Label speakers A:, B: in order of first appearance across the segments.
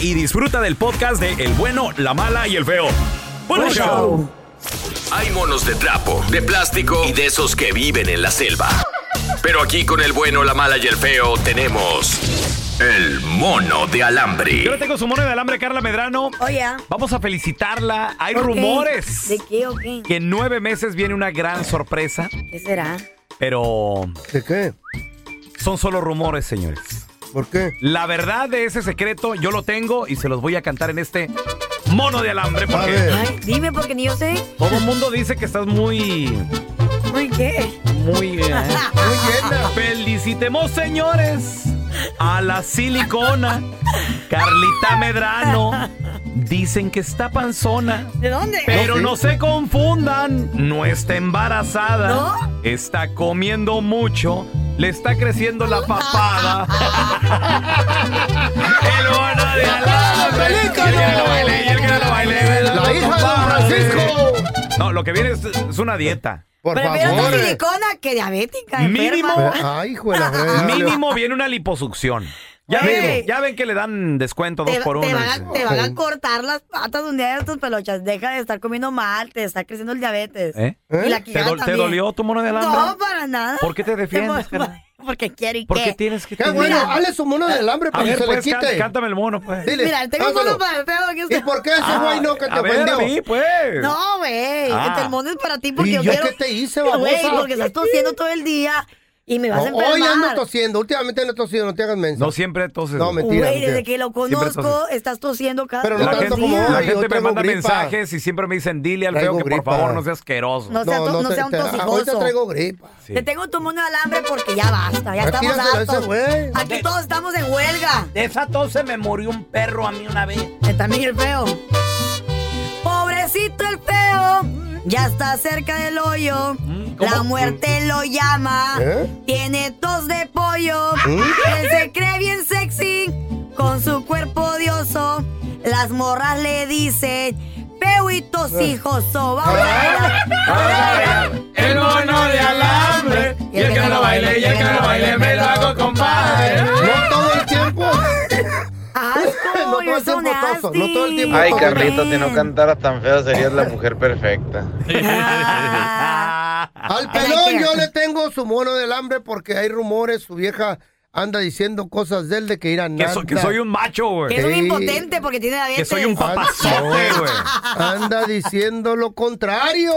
A: y disfruta del podcast de El bueno, la mala y el feo. Buen
B: Buen
A: show.
B: show. Hay monos de trapo, de plástico y de esos que viven en la selva. Pero aquí con el bueno, la mala y el feo tenemos el mono
A: Yo
B: de
A: le
B: alambre.
A: tengo su mono de alambre, Carla Medrano.
C: Oye.
A: Vamos a felicitarla. Hay
C: Ok.
A: rumores
C: ¿De qué o qué?
A: que en nueve meses viene una gran sorpresa,
C: ¿Qué será?
A: pero
D: ¿De qué?
A: son solo rumores, señores.
D: ¿Por qué?
A: La verdad de ese secreto yo lo tengo y se los voy a cantar en este mono de alambre
D: A
A: porque
D: ver.
C: Ay, dime porque ni yo sé.
A: todo el mundo dice que estás muy,
C: ¿Por qué?
A: muy bien.
D: Muy llena.
A: Felicitemos, señores, a la silicona Carlita Medrano. Dicen que está panzona.
C: ¿De dónde?
A: Pero no se confundan, no está embarazada,
C: ¿No?
A: está comiendo mucho, le está creciendo la papada. el bono de alambre. Y el que no lo baile, y el que no lo baile, ¿verdad?
D: La hija de Don Francisco.
A: No, lo que viene es, es una dieta.
D: Por
C: Prefiero
D: favor.
C: tu
D: eh.
C: silicona que diabética.
A: Mínimo.
C: enferma.
D: Ay, hijo de la fregada.
A: Mínimo viene una liposucción. Ya ven,
C: Ey.
A: ya ven que le dan descuento dos
C: Te,
A: por
C: te
A: uno.
C: van a, te van a cortar las patas un día de tus pelochas. Deja de estar comiendo mal, te está creciendo el diabetes.
A: ¿Eh?
C: Y la
A: ¿Te,
C: quijada
A: dol- te
C: también.
A: dolió tu mono de
C: No,
A: alambre?
C: para nada.
A: ¿Por qué te defiendes, Carla?
C: Porque quiero y
A: ¿Por qué
C: qué.
A: tienes que
D: Qué
A: tener-
D: Ah, bueno, hazle su mono del hambre
A: A
D: para que
A: ver,
D: se le
A: pues,
D: quite.
A: cán- cántame el mono, pues.
D: Dile,
C: Mira, tengo un
D: hágalo.
C: mono para el feo. aquí
D: ¿Y
C: está.
D: por qué ese
A: Ah,
D: güey no que
A: a
D: te
A: ver, a mí,
D: ofendió?
A: pues.
C: No, güey. este,
A: Ah.
C: El mono es para ti porque
D: ¿Y
C: yo,
D: yo
C: quiero.
D: qué te hice,
C: Güey,
D: babosa?
C: porque estás tosiendo todo el día y me vas a
D: No,
C: enfermar.
D: hoy ando tosiendo, últimamente no he tosido, no te hagas mensa.
A: No siempre entonces.
D: No, me- mentira,
C: Güey, desde
D: mentira.
C: que lo
A: Siempre
C: conozco, estás tosiendo cada
D: Pero no
A: la
D: tanto
A: gente,
D: como
C: día.
D: hoy,
A: la gente
D: yo
A: me
D: traigo
A: manda
D: gripa.
A: mensajes y siempre me dicen, dile al
D: Traigo
A: feo que por
D: gripa.
A: favor no sea asqueroso.
C: No sea, to- no sea un
D: te- Ahorita
C: tosijoso.
D: traigo gripa.
A: Sí.
C: Te tengo tu mono de alambre porque ya basta, ya
D: Ya
C: estamos
D: tíratelo a ese
C: hartos.
D: güey.
C: Aquí todos estamos en huelga.
A: De esa tos se me murió un perro a mí una vez.
C: Eh, También el feo. Pobrecito el feo. Ya está cerca del hoyo.
A: Mm, ¿cómo?
C: La muerte lo llama.
D: ¿Eh?
C: Tiene tos de pollo. Él se cree bien sexy. Con su cuerpo odioso. Las morras le dicen. Feo y
A: Ah.
C: tosijoso. Vamos a bailar.
A: El mono de alambre.
C: Y el que no lo baile, y el que no lo baile, me lo hago
A: compadre.
D: No todo el tiempo.
C: Asco,
D: No todo el
C: you're so
D: tiempo toso, no todo el
C: nasty.
D: tiempo
E: Ay,
D: Pobre.
E: Carlita, si no cantaras tan feo serías la mujer perfecta.
C: Ah.
D: Al
C: Ay,
D: pelón
C: qué
D: yo
C: asco.
D: le tengo su mono del hambre porque hay rumores, su vieja anda diciendo cosas de él de que ir a
A: Que,
D: nada.
A: so- que soy un macho,
C: Que es
A: güey.
C: un
D: Sí.
C: impotente porque tiene diabetes.
A: Que soy un papazote, güey.
D: Anda diciendo lo contrario.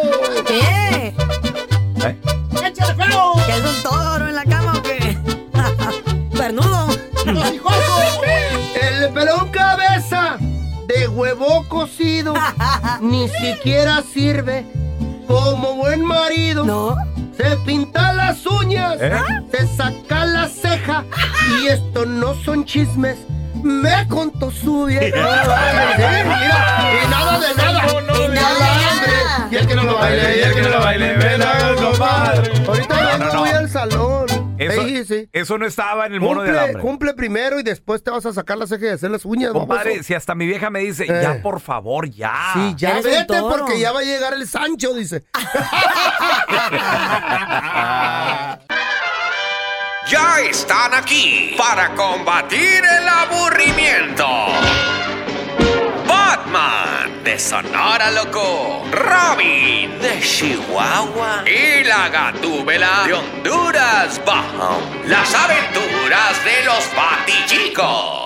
C: ¿Qué?
A: ¿Eh?
C: ¿Que es un toro en la cama o qué? Pernudo.
D: El pelón cabeza de huevo cocido ni siquiera sirve como buen marido.
C: No.
D: Se pinta las uñas,
A: ¿Eh?
D: se saca la ceja y esto no son chismes. Me contó su vieja. Sí, mira, y nada de nada.
C: Y
D: Y al hambre. Y el que no lo baile, y el que no lo baile,
A: me lo hago, compadre.
D: Ahorita
A: No,
D: no,
A: no, no.
D: voy al salón.
A: Eso-
D: Ey, cállese.
A: Eso no estaba en el mono de
D: Cumple-
A: alambre.
D: Cumple primero y después te vas a sacar las cejas y hacer las uñas. ¿no,
A: Compadre,
D: paso?
A: si hasta mi vieja me dice, ya por favor, ya.
D: Eh. Sí, ya
C: Eres un
D: Ah. vete
C: toro.
D: porque ya va a llegar el Sancho, dice.
F: Ya están aquí para combatir el aburrimiento. Batman de Sonora Loco, Robin de Chihuahua y la Gatúbela de Honduras Bajo. Las aventuras de los Batichicos.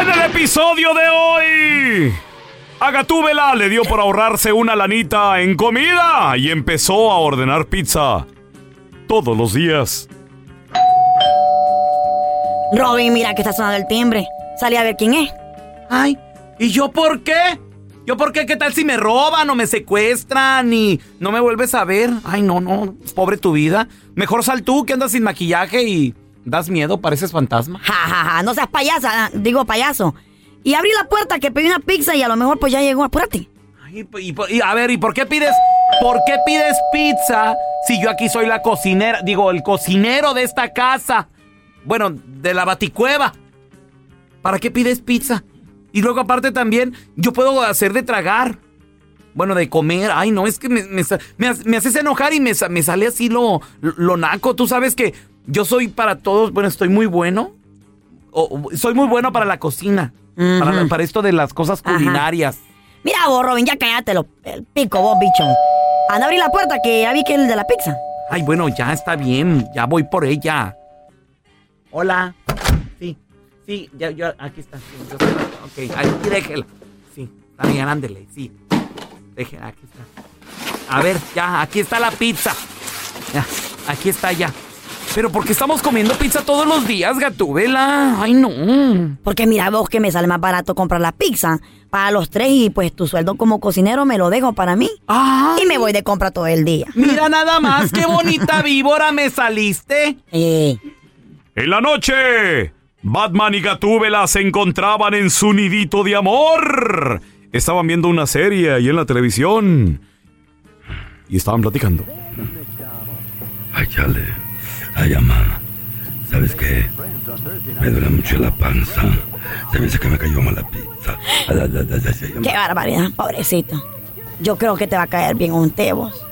A: En el episodio de hoy, Agatúbela le dio por ahorrarse una lanita en comida y empezó a ordenar pizza todos los días.
C: Robin, mira que está sonando el timbre. Salí a ver quién es.
A: Ay, ¿y yo por qué? ¿Yo por qué? ¿Qué tal si me roban o me secuestran y no me vuelves a ver? Ay, no, no, pobre tu vida. Mejor sal tú que andas sin maquillaje y das miedo, pareces fantasma.
C: Ja, ja, ja, no seas payasa, ah, digo payaso. Y abrí la puerta que pedí una pizza y a lo mejor pues ya llegó, apúrate.
A: Ay, y, por- y, a ver, ¿y por qué pides, por qué pides pizza si yo aquí soy la cocinera, digo, el cocinero de esta casa? Bueno, de la baticueva. ¿Para qué pides pizza? Y luego aparte también, yo puedo hacer de tragar. Bueno, de comer. Ay, no, es que me, me sa- me ha- me haces enojar y me, sa- me sale así lo, lo naco. Tú sabes que yo soy para todos, bueno, estoy muy bueno. O- o- soy muy bueno para la cocina. para, la- para esto de las cosas
C: Ajá.
A: culinarias.
C: Mira vos, Robin, ya cállate lo- el pico, vos, bicho. Anda a abrir la puerta que ya vi que el de la pizza.
A: Ay, bueno, ya está bien, ya voy por ella. Hola. Sí, sí, ya, yo, aquí está. sí, yo sé, ok, aquí déjela. Sí, está bien, ándele, sí. Déjela, aquí está. A ver, ya, aquí está la pizza. Ya, aquí está ya. Pero ¿por qué estamos comiendo pizza todos los días, Gatúbela? Ay, no.
C: Porque mira vos que me sale más barato comprar la pizza para los tres y pues tu sueldo como cocinero me lo dejo para mí.
A: Ah,
C: Y me voy de compra todo el día.
A: mira nada más, qué bonita víbora me saliste.
C: Eh,
A: En la noche, Batman y Gatúbela se encontraban en su nidito de amor. Estaban viendo una serie ahí en la televisión. Y estaban platicando.
G: Ay, chale. Ay, ama. ¿Sabes qué? Me duele mucho la panza. Se me dice que me cayó mala pizza. Ay, ay, ay, ay, ay, ama.
C: qué barbaridad, pobrecito. Yo creo que te va a caer bien un té vos.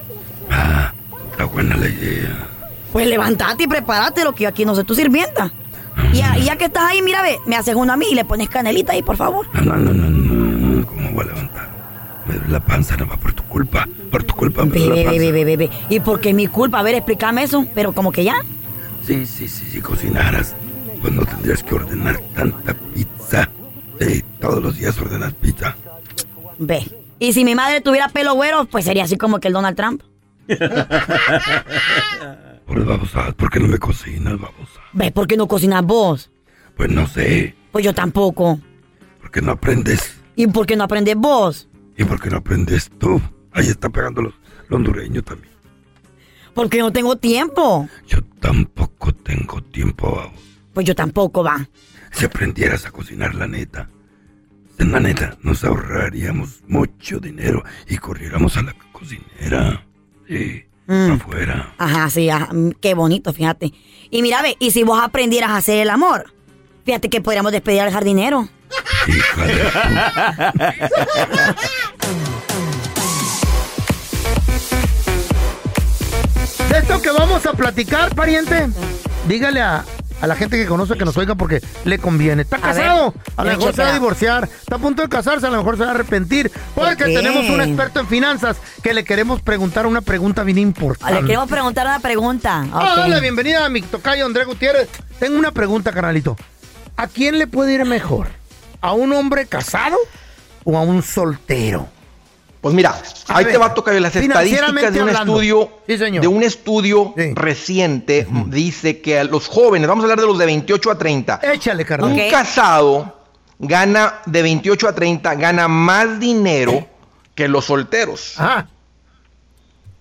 G: Ah, está buena la idea.
C: Pues levantate y prepárate lo que yo aquí no soy tu sirvienta. Y ya, y ya que estás ahí, mira, ve, me haces uno a mí y le pones canelita ahí, por favor.
G: No, no, no, no, no, no. ¿Cómo voy a levantar? Me duele la panza, no va por tu culpa. Por tu culpa me duele
C: Bebe,
G: la
C: bebe,
G: panza.
C: bebe, bebe. ¿Y por qué mi culpa? A ver, explícame eso. Pero como que ya.
G: Sí, sí, sí, si cocinaras, pues no tendrías que ordenar tanta pizza. Sí, todos los días ordenas pizza.
C: Ve. Y si mi madre tuviera pelo güero, pues sería así como que el Donald Trump.
G: Por babosadas, ¿por qué no me cocinas, babosa?
C: Ve, ¿por qué no cocinas vos?
G: Pues no sé,
C: Pues yo tampoco.
G: ¿por qué no aprendes?
C: ¿Y por qué no aprendes vos?
G: ¿Y por qué no aprendes tú? Ahí está pegando los, los hondureños también.
C: Porque no tengo tiempo.
G: Yo tampoco tengo tiempo. babo.
C: Pues yo tampoco, va.
G: Si aprendieras a cocinar, la neta, en la neta, nos ahorraríamos mucho dinero y corriéramos a la cocinera. Sí,
C: Mm.
G: afuera.
C: Ajá, sí, ajá, mm, qué bonito, fíjate. Y mira, ve, y si vos aprendieras a hacer el amor, fíjate que podríamos despedir al jardinero.
G: Hija de tu-
D: De esto que vamos a platicar, pariente, dígale a, a la gente que conoce que nos oiga porque le conviene. ¿Está
C: A
D: casado?
C: ver,
D: a lo
C: me
D: mejor se va a
C: chequea.
D: divorciar. Está a punto de casarse, a lo mejor se va a arrepentir. Porque
C: ¿Por qué?
D: tenemos un experto en finanzas que le queremos preguntar una pregunta bien
C: Ah, Le
D: importante.
C: queremos preguntar una pregunta. Ah, Ok.
D: Hola, bienvenida a mi tocayo André Gutiérrez. Tengo una pregunta, carnalito. ¿A quién le puede ir mejor? ¿A un hombre casado o a un soltero?
H: Pues mira,
D: A
H: ahí
D: ver,
H: te va a tocar las estadísticas
D: financieramente
H: de un
D: hablando.
H: estudio,
D: Sí, señor.
H: de un estudio
D: Sí.
H: reciente dice que a los jóvenes, vamos a hablar de los de 28 a 30,
D: Échale, carnal.
C: Ok.
H: un casado gana de 28 a 30 gana más dinero que los solteros.
D: Ajá.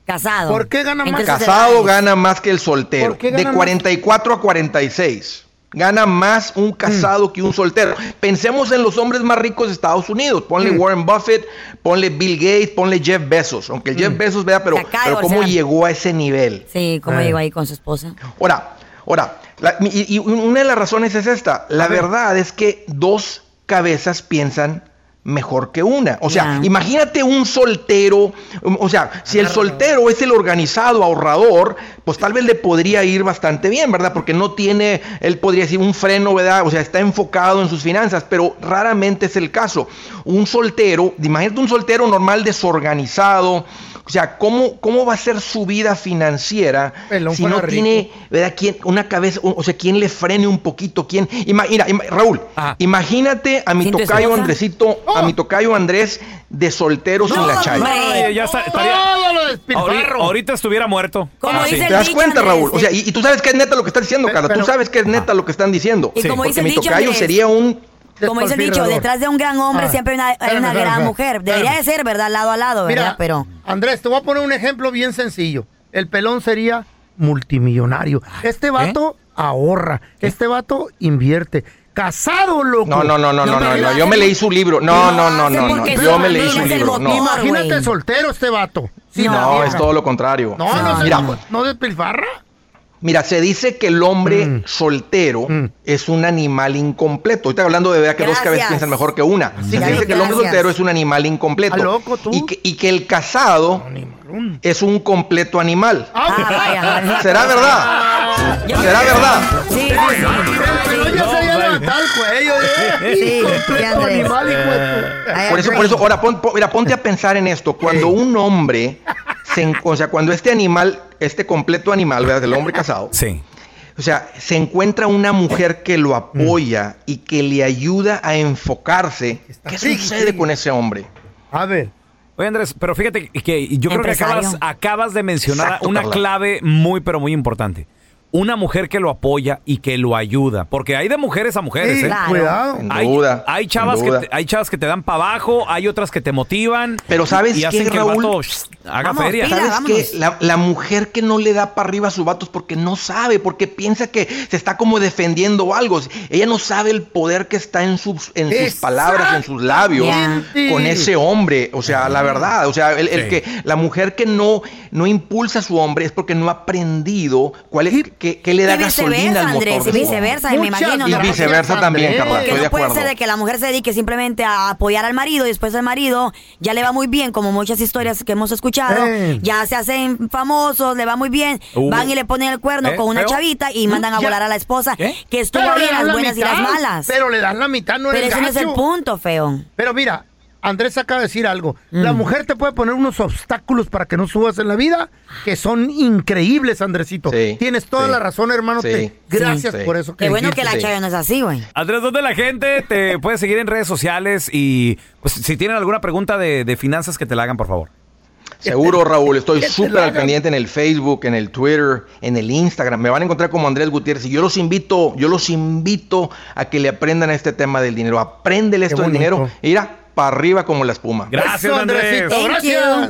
C: Casado.
D: ¿Por qué gana más?
C: Entre sus
H: casado
C: edades.
H: gana más que el soltero,
D: ¿Por qué
H: de
D: gana más?
H: 44 a 46. Gana más un
D: Mm.
H: casado que un soltero. Pensemos en los hombres más ricos de Estados Unidos. Ponle
D: Mm.
H: Warren Buffett, ponle Bill Gates, ponle Jeff Bezos. Aunque el Jeff
D: Mm.
H: Bezos, vea, pero,
C: acaba de
H: pero ¿cómo
C: divorciar.
H: llegó a ese nivel?
C: Sí, ¿cómo
H: Ah.
C: llegó ahí con su esposa?
H: Ahora, ahora, la- mi- y, y una de las razones es esta. La verdad es que dos cabezas piensan mejor que una. O sea, imagínate un soltero, um, o sea, si el soltero es el organizado, ahorrador, pues tal vez le podría ir bastante bien, ¿verdad? Porque no tiene, él podría decir un freno, ¿verdad? O sea, está enfocado en sus finanzas, pero raramente es el caso. Un soltero, imagínate un soltero normal desorganizado, o sea, ¿cómo, cómo va a ser su vida financiera
D: Pelón
H: si
D: para
H: no
D: rico.
H: tiene, ¿verdad? ¿Quién, una cabeza, o, o sea, ¿quién le frene un poquito? ¿Quién? Ima- mira, ima- Raúl,
D: Ah.
H: imagínate a mi
I: ¿Sin tu
H: tocayo
I: esposa?
H: Andresito, a mi tocayo Andrés de solteros en la
I: No,
H: chaya.
I: no, ya está- estaría-
D: Todo lo despilfarro.
I: Ahorita, ahorita estuviera muerto.
D: Ah,
C: Como
H: ¿Te
C: dice el
H: das
C: dicho,
H: cuenta,
C: Andrés,
H: Raúl? O sea, y, y tú sabes que es neta lo que estás diciendo, Carla. Tú
C: pero-
H: sabes que es neta lo que están diciendo.
C: Y como
H: Porque
C: dice el
H: mi
C: dicho,
H: tocayo
C: Andrés,
H: sería un...
C: Como dice el dicho, detrás de un gran hombre
H: Ah.
C: siempre hay una, hay
H: Espérame,
C: una
H: espérame,
C: gran
H: espérame.
C: mujer. Debería de ser, ¿verdad? Lado a lado, ¿verdad?
D: Mira,
C: Pero
D: Andrés, te voy a poner un ejemplo bien sencillo. El pelón sería multimillonario. Este vato ahorra. Este vato invierte. Casado, loco.
H: No, no, no, no, no, no, no, yo me leí su libro. No, no, no, no, no, yo me leí su libro. No,
D: Imagínate soltero este vato. Sin la
H: no,
D: vieja.
H: es todo lo contrario.
D: No, no, se-
H: Mira,
D: no despilfarra.
H: Mira, se dice que el hombre
D: Mm.
H: soltero es un animal incompleto. Ahorita hablando de vea que dos
D: Gracias.
H: cabezas piensan mejor que una. se dice
D: es.
H: que el hombre
D: Mm. Gracias.
H: soltero es un animal incompleto.
D: Está loco, tú.
H: Y, que, y que el casado es un completo animal. ¿Será verdad? ¿Será verdad?
C: Sí,
D: Pero ya se había levantado el cuello. ¿eh?
C: Sí, sí,
D: Completo
C: Andrés.
D: animal, hijo de tu-
H: Eh, Por eso, por eso, ahora pon- pon- mira, ponte a pensar en esto. Cuando un hombre, se en- o sea, cuando este animal, este completo animal, ¿verdad? El hombre casado.
I: Sí.
H: O sea, se encuentra una mujer que lo apoya y que le ayuda a enfocarse. ¿Qué sucede con ese hombre?
D: A ver.
I: Oye, Andrés, pero fíjate que yo creo que
H: Empresario.
I: acabas, acabas de mencionar
H: Exacto,
I: una
H: Carla.
I: clave muy, pero muy importante. Una mujer que lo apoya y que lo ayuda. Porque hay de mujeres a mujeres,
H: Sí,
I: ¿eh?
H: claro. Cuidado. Sin
I: Hay,
H: duda,
I: hay
H: sin
I: chavas
H: duda.
I: Que te, hay chavas que te dan para abajo, hay otras que te motivan.
H: Pero ¿sabes
I: y hacen
H: qué,
I: que el
H: Raúl?
I: vato, shh, haga feria.
H: ¿Sabes qué? La, la mujer que no le da para arriba a sus vatos porque no sabe, porque piensa que se está como defendiendo algo. Ella no sabe el poder que está en sus, en sus palabras, en sus labios,
I: Exactamente.
H: con ese hombre. O sea, la verdad, o sea, el, el
I: Sí.
H: que la mujer que no, no impulsa a su hombre es porque no ha aprendido cuál es que, que le da
C: y
H: gasolina
C: viceversa,
H: al motor.
C: Andrés,
H: de
C: y
H: su hombre.
C: viceversa, me
H: Muchas
C: imagino.
H: Y
C: ¿no?
H: viceversa también, Carla,
C: Porque
H: estoy de
C: no puede
H: acuerdo.
C: ser de que la mujer se dedique simplemente a apoyar al marido y después el marido ya le va muy bien, como muchas historias que hemos escuchado,
H: Eh.
C: ya se hacen famosos, le va muy bien,
H: Uh.
C: van y le ponen el cuerno
H: Eh,
C: con una
H: feo.
C: chavita y mandan a
D: Ya.
C: volar a la esposa, que estuvo
D: Pero le
C: bien
D: dan
C: las
D: la
C: buenas y las
D: mitad,
C: malas.
D: Pero le dan la mitad, no
C: Pero
D: eres
C: ese no es el
D: gacho.
C: punto, feo. Mm.
D: Pero mira, Andrés acaba de decir algo. La mujer te puede poner unos obstáculos para que no subas en la vida que son increíbles, Andresito. Tienes toda
I: sí.
D: la razón, hermano.
I: Sí.
D: Te- Gracias
I: Sí.
D: por eso.
C: Qué bueno que
D: dijiste.
C: la chava no es así, güey.
I: Andrés, ¿dónde la gente te puede seguir en redes sociales? Y pues, si tienen alguna pregunta de, de finanzas, que te la hagan, por favor.
H: Seguro, Raúl, estoy
I: que te
H: súper
I: lo
H: al
I: hagan.
H: pendiente en el Facebook, en el Twitter, en el Instagram. Me van a encontrar como Andrés Gutiérrez y yo los invito, yo los invito a que le aprendan a este tema del dinero. Apréndele esto del dinero. E irá para arriba como la espuma.
D: Eso, Andresito, gracias.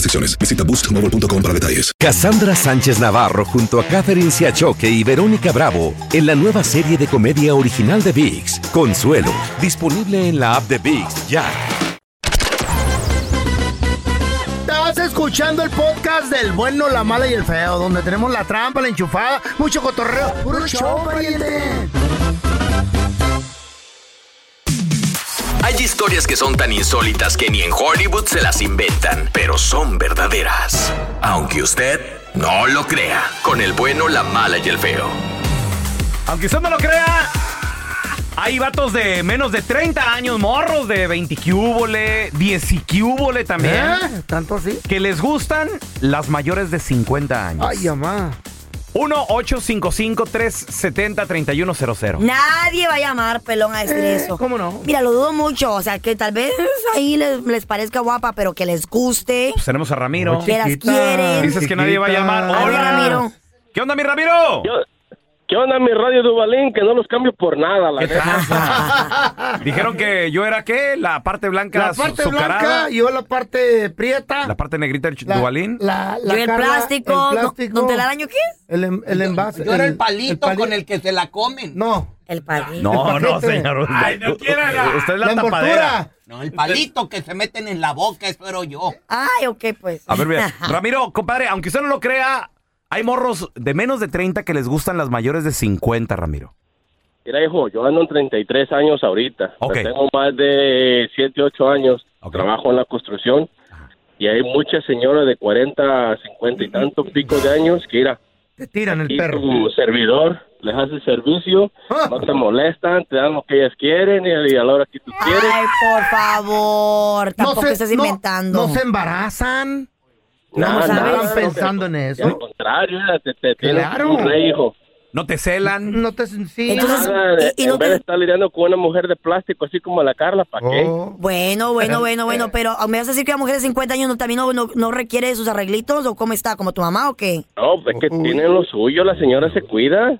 J: restricciones. Visita boostmobile.com para detalles.
K: Cassandra Sánchez Navarro junto a Catherine Siachoque y Verónica Bravo en la nueva serie de comedia original de VIX, Consuelo, disponible en la app de VIX ya.
D: Estás escuchando el podcast del bueno, la mala y el feo, donde tenemos la trampa, la enchufada, mucho cotorreo. ¡Puro show, pariente!
B: Hay historias que son tan insólitas que ni en Hollywood se las inventan, pero son verdaderas. Aunque usted no lo crea, con el bueno, la mala y el feo.
A: Aunque usted no lo crea, hay vatos de menos de 30 años, morros de 20 cúbole, 10 y cúbole también.
D: ¿Eh? ¿Tanto así?
A: Que les gustan las mayores de 50 años.
D: Ay, mamá.
A: 1-855-370-3100.
C: Nadie va a llamar pelón a decir
A: Eh,
C: eso. ¿Cómo no? Mira, lo dudo mucho. O sea, que tal vez ahí les, les parezca guapa, pero que les guste.
A: Pues tenemos a Ramiro.
C: Que las quieren.
A: Dices que nadie va a llamar.
C: A ver,
A: Hola. Oh.
C: Ramiro.
A: ¿Qué onda, mi Ramiro?
L: ¿Qué onda, mi radio Dubalín? Que no los cambio por nada, la neta.
A: Ah, Dijeron que yo era qué? La parte blanca
D: La parte
A: azucarada,
D: blanca, yo la parte prieta.
A: La parte negrita el
D: La-
A: dubalín.
D: La, la
C: Yo el
D: Carla,
C: plástico,
D: el
C: no-
D: plástico.
C: ¿don Telaraño qué es?
D: El, em- el envase.
M: Yo era el palito con el
D: que se la comen. No.
M: Ah.
C: El palito.
A: No,
D: el
A: no,
D: paquete.
A: señor.
M: Ay, no quiera la-
A: Usted es la,
M: la envoltura.
A: tapadera.
M: No, el palito que se meten en la boca, eso era yo.
C: Ay, ok, pues.
A: A ver, mira. Ramiro, compadre, aunque usted no lo crea, hay morros de menos de 30 que les gustan las mayores de 50, Ramiro.
L: Mira, hijo, yo ando en 33 años ahorita.
A: Ok.
L: Tengo más de 7, 8 años. Trabajo en la construcción. Y hay muchas señoras de 40, 50 y tantos picos de años que, mira,
D: Te tiran el
L: aquí
D: perro.
L: tu servidor les hace el servicio, no te molestan, te dan lo que ellas quieren y y a la hora que tú quieres.
C: Ay, por favor. Tampoco
D: se-
C: estás
D: no-
C: inventando.
D: No se embarazan.
L: Nah,
D: no
L: nah,
D: estaban
L: no,
D: pensando
L: que-
D: en eso.
L: que Al contrario, mira, te, te tienes
D: Claro.
L: como un rey, hijo.
A: No te celan.
D: No te sí.
L: Nada, en vez de estar lidiando con una mujer de plástico así como la Carla, ¿para qué?
D: Oh.
C: Bueno, bueno, bueno, bueno, pero ¿me vas a decir que la mujer de 50 años no, también no, no, no requiere de sus arreglitos o cómo está? ¿Como tu mamá o qué?
L: No, pues que tienen lo suyo, la señora se cuida.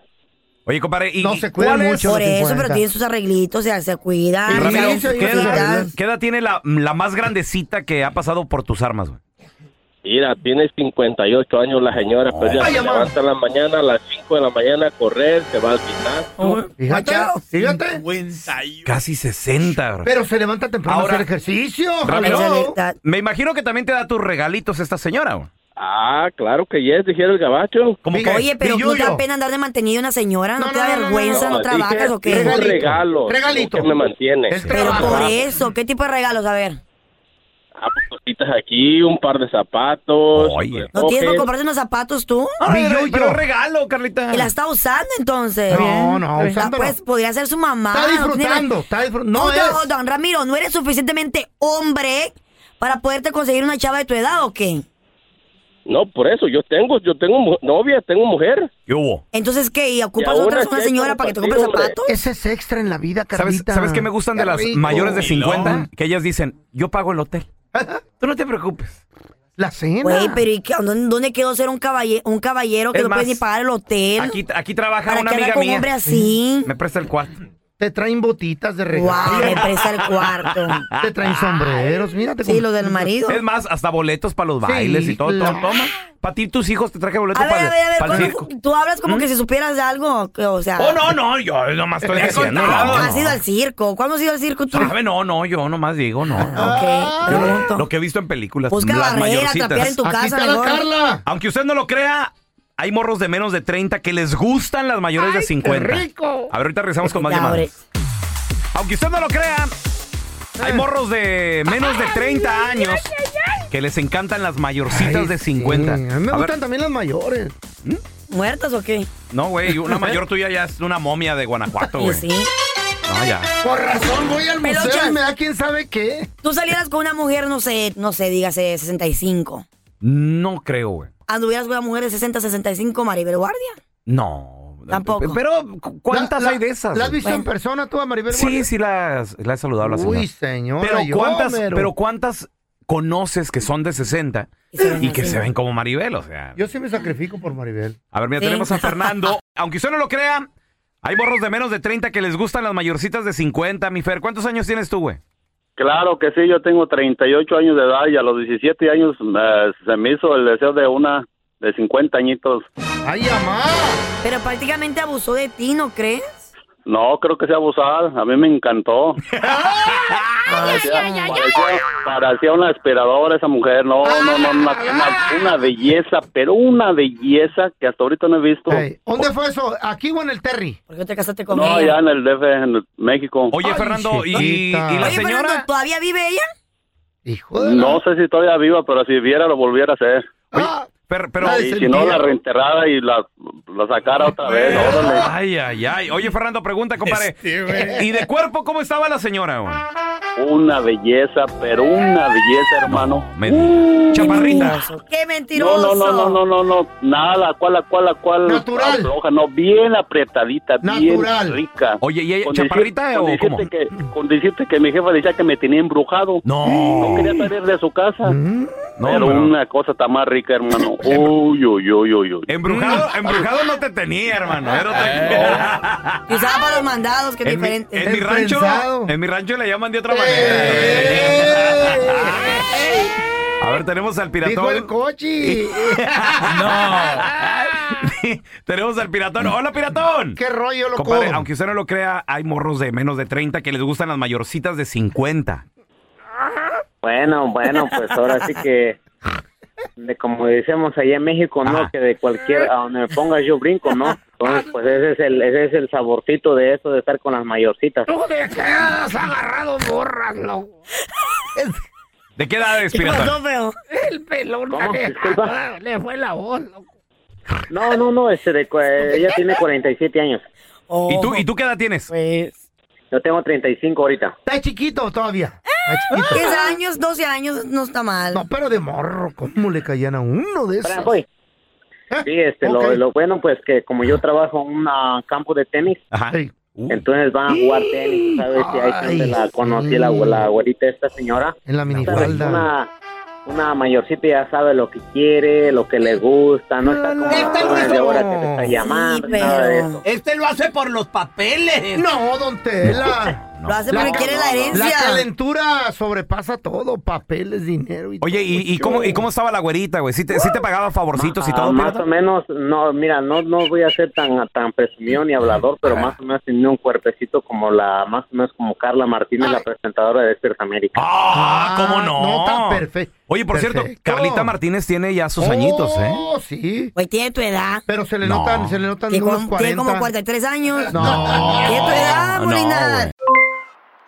A: Oye, compadre, ¿y
C: ¿Cuál es? Por eso, pero tienen sus arreglitos, o sea, se cuidan.
A: Ramiro,
C: saben sus
A: ¿qué edad,
C: prioridades.
A: qué edad tiene la, la más grandecita que ha pasado por tus armas, güey?
L: Mira, tiene 58 años la señora, pero ya
A: Ay,
L: se
A: mamá.
L: levanta en la mañana a las 5 de la mañana a correr, se va al
C: Oh,
L: gimnasio.
D: Fíjate, fíjate.
A: Casi 60, bro.
D: Pero se levanta temprano
A: Ahora-
D: a hacer ejercicio.
A: Ramiro,
D: Hello.
A: me imagino que también te da tus regalitos esta señora, güey.
L: Ah, claro que yes, dijeron el gabacho.
C: Oye, pero ¿no te da pena andar de mantenido una señora? ¿No, te da vergüenza? ¿No,
L: dije,
C: trabajas o qué?
L: tengo regalos,
C: Regalito.
L: lo que me mantiene.
C: Pero por eso, ¿qué tipo de regalos? A ver,
L: Ah, pues, Cositas aquí, un par de zapatos.
C: ¿no tienes para comprarte unos zapatos tú?
A: Pero regalo, Carlita.
C: Y la está usando entonces.
D: No, no,
C: Ah,
D: usándolo.
C: Pues podría ser su mamá.
D: Está
C: No tiene la-
D: disfrutando, está disfrutando. No
C: Hold
D: es.
C: on, hold on, Ramiro, ¿no eres suficientemente hombre para poderte conseguir una chava de tu edad o qué?
L: No, por eso, yo tengo, yo tengo mu- novia, tengo mujer.
A: ¿Qué hubo?
C: Entonces, ¿qué? ¿Y ocupas
L: Y ahora
C: otra
L: sí
C: una
L: hay
C: señora
L: como
C: para que te
L: contigo,
C: compre zapatos?
D: Ese es extra en la vida,
A: ¿Sabes,
D: Carlita.
A: ¿Sabes qué me gustan de
D: Qué
A: las
D: rico.
A: mayores de 50? Que ellas dicen, yo pago el hotel. Tú no te preocupes.
D: La cena.
C: Güey, pero ¿y qué? ¿Dónde, dónde quedó ser un caballero, un caballero que
A: Es
C: no puede
A: más,
C: ni pagar el hotel?
A: Aquí, aquí trabaja
C: ¿Para
A: una
C: qué hablar
A: amiga
C: con
A: mía.
C: hombre así?
A: Me presta el cuarto.
D: Te traen botitas de regalo.
C: Guau, me presta el cuarto.
D: Te traen sombreros, mírate.
C: Sí, lo del marido.
A: Es más, hasta boletos para los
D: Sí,
A: bailes y todo. todo,
D: la-
A: Toma. Para ti, tus hijos te traje boletos
C: A ver,
A: para
C: a ver, a ver,
A: el
C: ¿cuándo
A: circo.
C: fu- tú hablas como
A: ¿Mm?
C: que si supieras de algo, que, o sea...
A: Oh, no, no, yo nomás estoy
C: Te he
A: diciendo.
C: contado.
A: no,
C: ¿Has
A: no.
C: ido al circo? ¿Cuándo has ido al circo tú?
A: ¿Sabe? No, no, yo nomás digo, no. no. Yo lo- Lo que he visto en películas.
C: Ah, Busca
A: las
C: barrera,
A: mayorcitas.
C: trapear en tu Aquí casa, está la mejor. Carla.
A: Aunque usted no lo crea, hay morros de menos de 30 que les gustan las mayores de 50.
D: rico.
A: A ver, ahorita regresamos con más
D: Ya,
A: llamadas. Aunque usted no lo crea,
D: Ah.
A: hay morros de menos de 30 años que les encantan las mayorcitas de 50.
D: A mí me
A: A ver,
D: gustan también las mayores.
C: ¿Muertas o qué?
A: no, güey, una mayor tuya ya es una momia de Guanajuato, güey.
C: sí.
A: No, ya.
D: Por razón voy al museo
C: Peluchas.
D: y me da quién sabe qué.
C: Tú salieras con una mujer, no sé, no sé, dígase 65.
A: No creo, güey.
C: Anduvieras con una mujer de 60, 65, Maribel Guardia.
A: No.
C: Tampoco.
A: Pero, ¿cu- ¿cuántas
D: La- la-
A: hay de esas?
D: ¿La has
A: güey?
D: visto en persona tú a Maribel
A: Sí,
D: Guardia?
A: sí las, las he saludado a la señora.
D: Uy, señora,
A: Pero
D: yo,
A: cuántas,
D: mero.
A: pero cuántas conoces que son de 60 y, que se ven como Maribel, o sea.
D: Yo sí me sacrifico por Maribel.
A: A ver, mira,
D: Sí.
A: tenemos a Fernando. Aunque usted no lo crea, hay borros de menos de 30 que les gustan las mayorcitas de 50, mi Fer. ¿Cuántos años tienes tú, güey?
N: Claro que sí, yo tengo 38 años de edad y a los 17 años eh, se me hizo el deseo de una de 50 añitos.
D: ¡Ay, mamá!
C: Pero prácticamente abusó de ti, ¿no crees?
N: No, creo que sea abusada, a mí me encantó. Ah, Parecía, parecía- parecía una aspiradora esa mujer, no, no, no,
C: Ah.
N: una, una- una belleza, pero una belleza que hasta ahorita no he visto.
D: ¿Dónde fue eso? ¿Aquí o en el Terry?
C: ¿Por qué te casaste con
N: No,
C: ella?
N: ya en el DF, en el- México.
A: Oye, Fernando, y, y la
C: Oye,
A: señora...
C: Fernando, ¿todavía vive ella?
N: No sé si todavía viva, pero si viviera lo volviera a hacer.
A: pero-
N: y si no, la reenterrara y la, la sacara otra vez. Órale.
A: Ay, ay, ay. Oye, Fernando, pregunta, compadre.
N: Este,
A: ¿Y de cuerpo cómo estaba la señora? güey?
N: Una belleza, pero una belleza, hermano.
A: Chaparrita.
C: ¡Qué
N: No,
C: mentiroso!
N: no, no, no, no, no, no, nada, cual, la cual, la cual. Natural. no, bien apretadita,
A: Natural.
N: bien rica. Oye, ¿y
A: ella chaparrita o cómo?
N: Que, con decirte que mi jefa decía que me tenía embrujado.
A: No. Mm.
N: No quería salir de su casa.
A: No,
N: pero,
A: pero- Em-
N: una cosa tan más rica, hermano. Uy, uy, uy, uy, uy.
A: Embrujado, embrujado no te tenía, hermano. Era
N: Eh,
A: otra-
C: Y usaba para los mandados, que es
A: en, mi,
C: diferente.
A: en mi rancho, en mi rancho le llaman de otra manera. A ver, tenemos al piratón.
D: ¡Eh! Dijo el coche.
A: tenemos al piratón. Hola, piratón.
D: ¿Qué rollo, loco?
A: Compadre, aunque usted no lo crea, hay morros de menos de 30 que les gustan las mayorcitas de 50.
O: Bueno, bueno, pues ahora sí que, de como decimos allá en México,
A: Ah.
O: ¿no? Que de cualquier, a donde me pongas yo brinco, ¿no? Entonces, pues ese es el, ese es el saborcito de eso de estar con las mayorcitas.
D: de qué has agarrado borras, loco?
A: ¿De qué edad es,
D: pasó,
A: piratón?
D: feo? El pelón
O: ¿Cómo?
D: le-
O: Disculpa.
D: le fue la voz, loco.
O: No, no, no, este de, cu- ella tiene 47 años.
A: ¿Y tú, ¿Y tú qué edad tienes?
C: Pues...
O: Yo tengo 35 ahorita.
D: Está chiquito todavía.
C: 10 años, 12 años, no está mal. No,
D: pero de morro, ¿cómo le caían a uno de esos?
O: Sí, este, lo-
D: ok.
O: lo, bueno, pues que como yo trabajo en un ah, campo de tenis,
D: Sí.
O: entonces van a jugar tenis, ¿sabes? Y ahí fue donde la conocí, la, la abuelita esta señora.
D: En la
O: ¿sabes?
D: minifalda.
O: Una, una mayorcita ya sabe lo que quiere, lo que le gusta, no está como
P: Este
O: la
P: lo
O: joven de
P: hizo-
O: ahora que te está llamando, nada de eso.
P: Este lo hace por los papeles.
D: No, don Tela.
P: Lo hace porque quiere la herencia.
D: Este, La calentura sobrepasa todo, papeles, dinero y
A: Oye, ¿y, y cómo, ¿y cómo estaba la güerita, güey? ¿Sí te, sí te pagaba favorcitos y
O: Ah,
A: todo,
O: más
A: piratón?
O: o menos, no, mira, no, no voy a ser tan, tan presumido ni hablador, pero más o menos tenía un cuerpecito como la, más o menos como Carla Martínez, la presentadora de Despierta América.
A: Ah, ¿cómo no?
D: perfecto.
A: Oye, por cierto, Carlita Martínez tiene ya sus añitos, ¿eh?
D: Oh, sí.
C: Güey, tiene tu edad.
D: Pero se le
A: No.
D: notan, se le notan
C: Tiene
D: unos
C: como,
D: 40.
C: tiene como 43 años.
D: No.
C: Tiene tu edad,
Q: No,
C: Molina.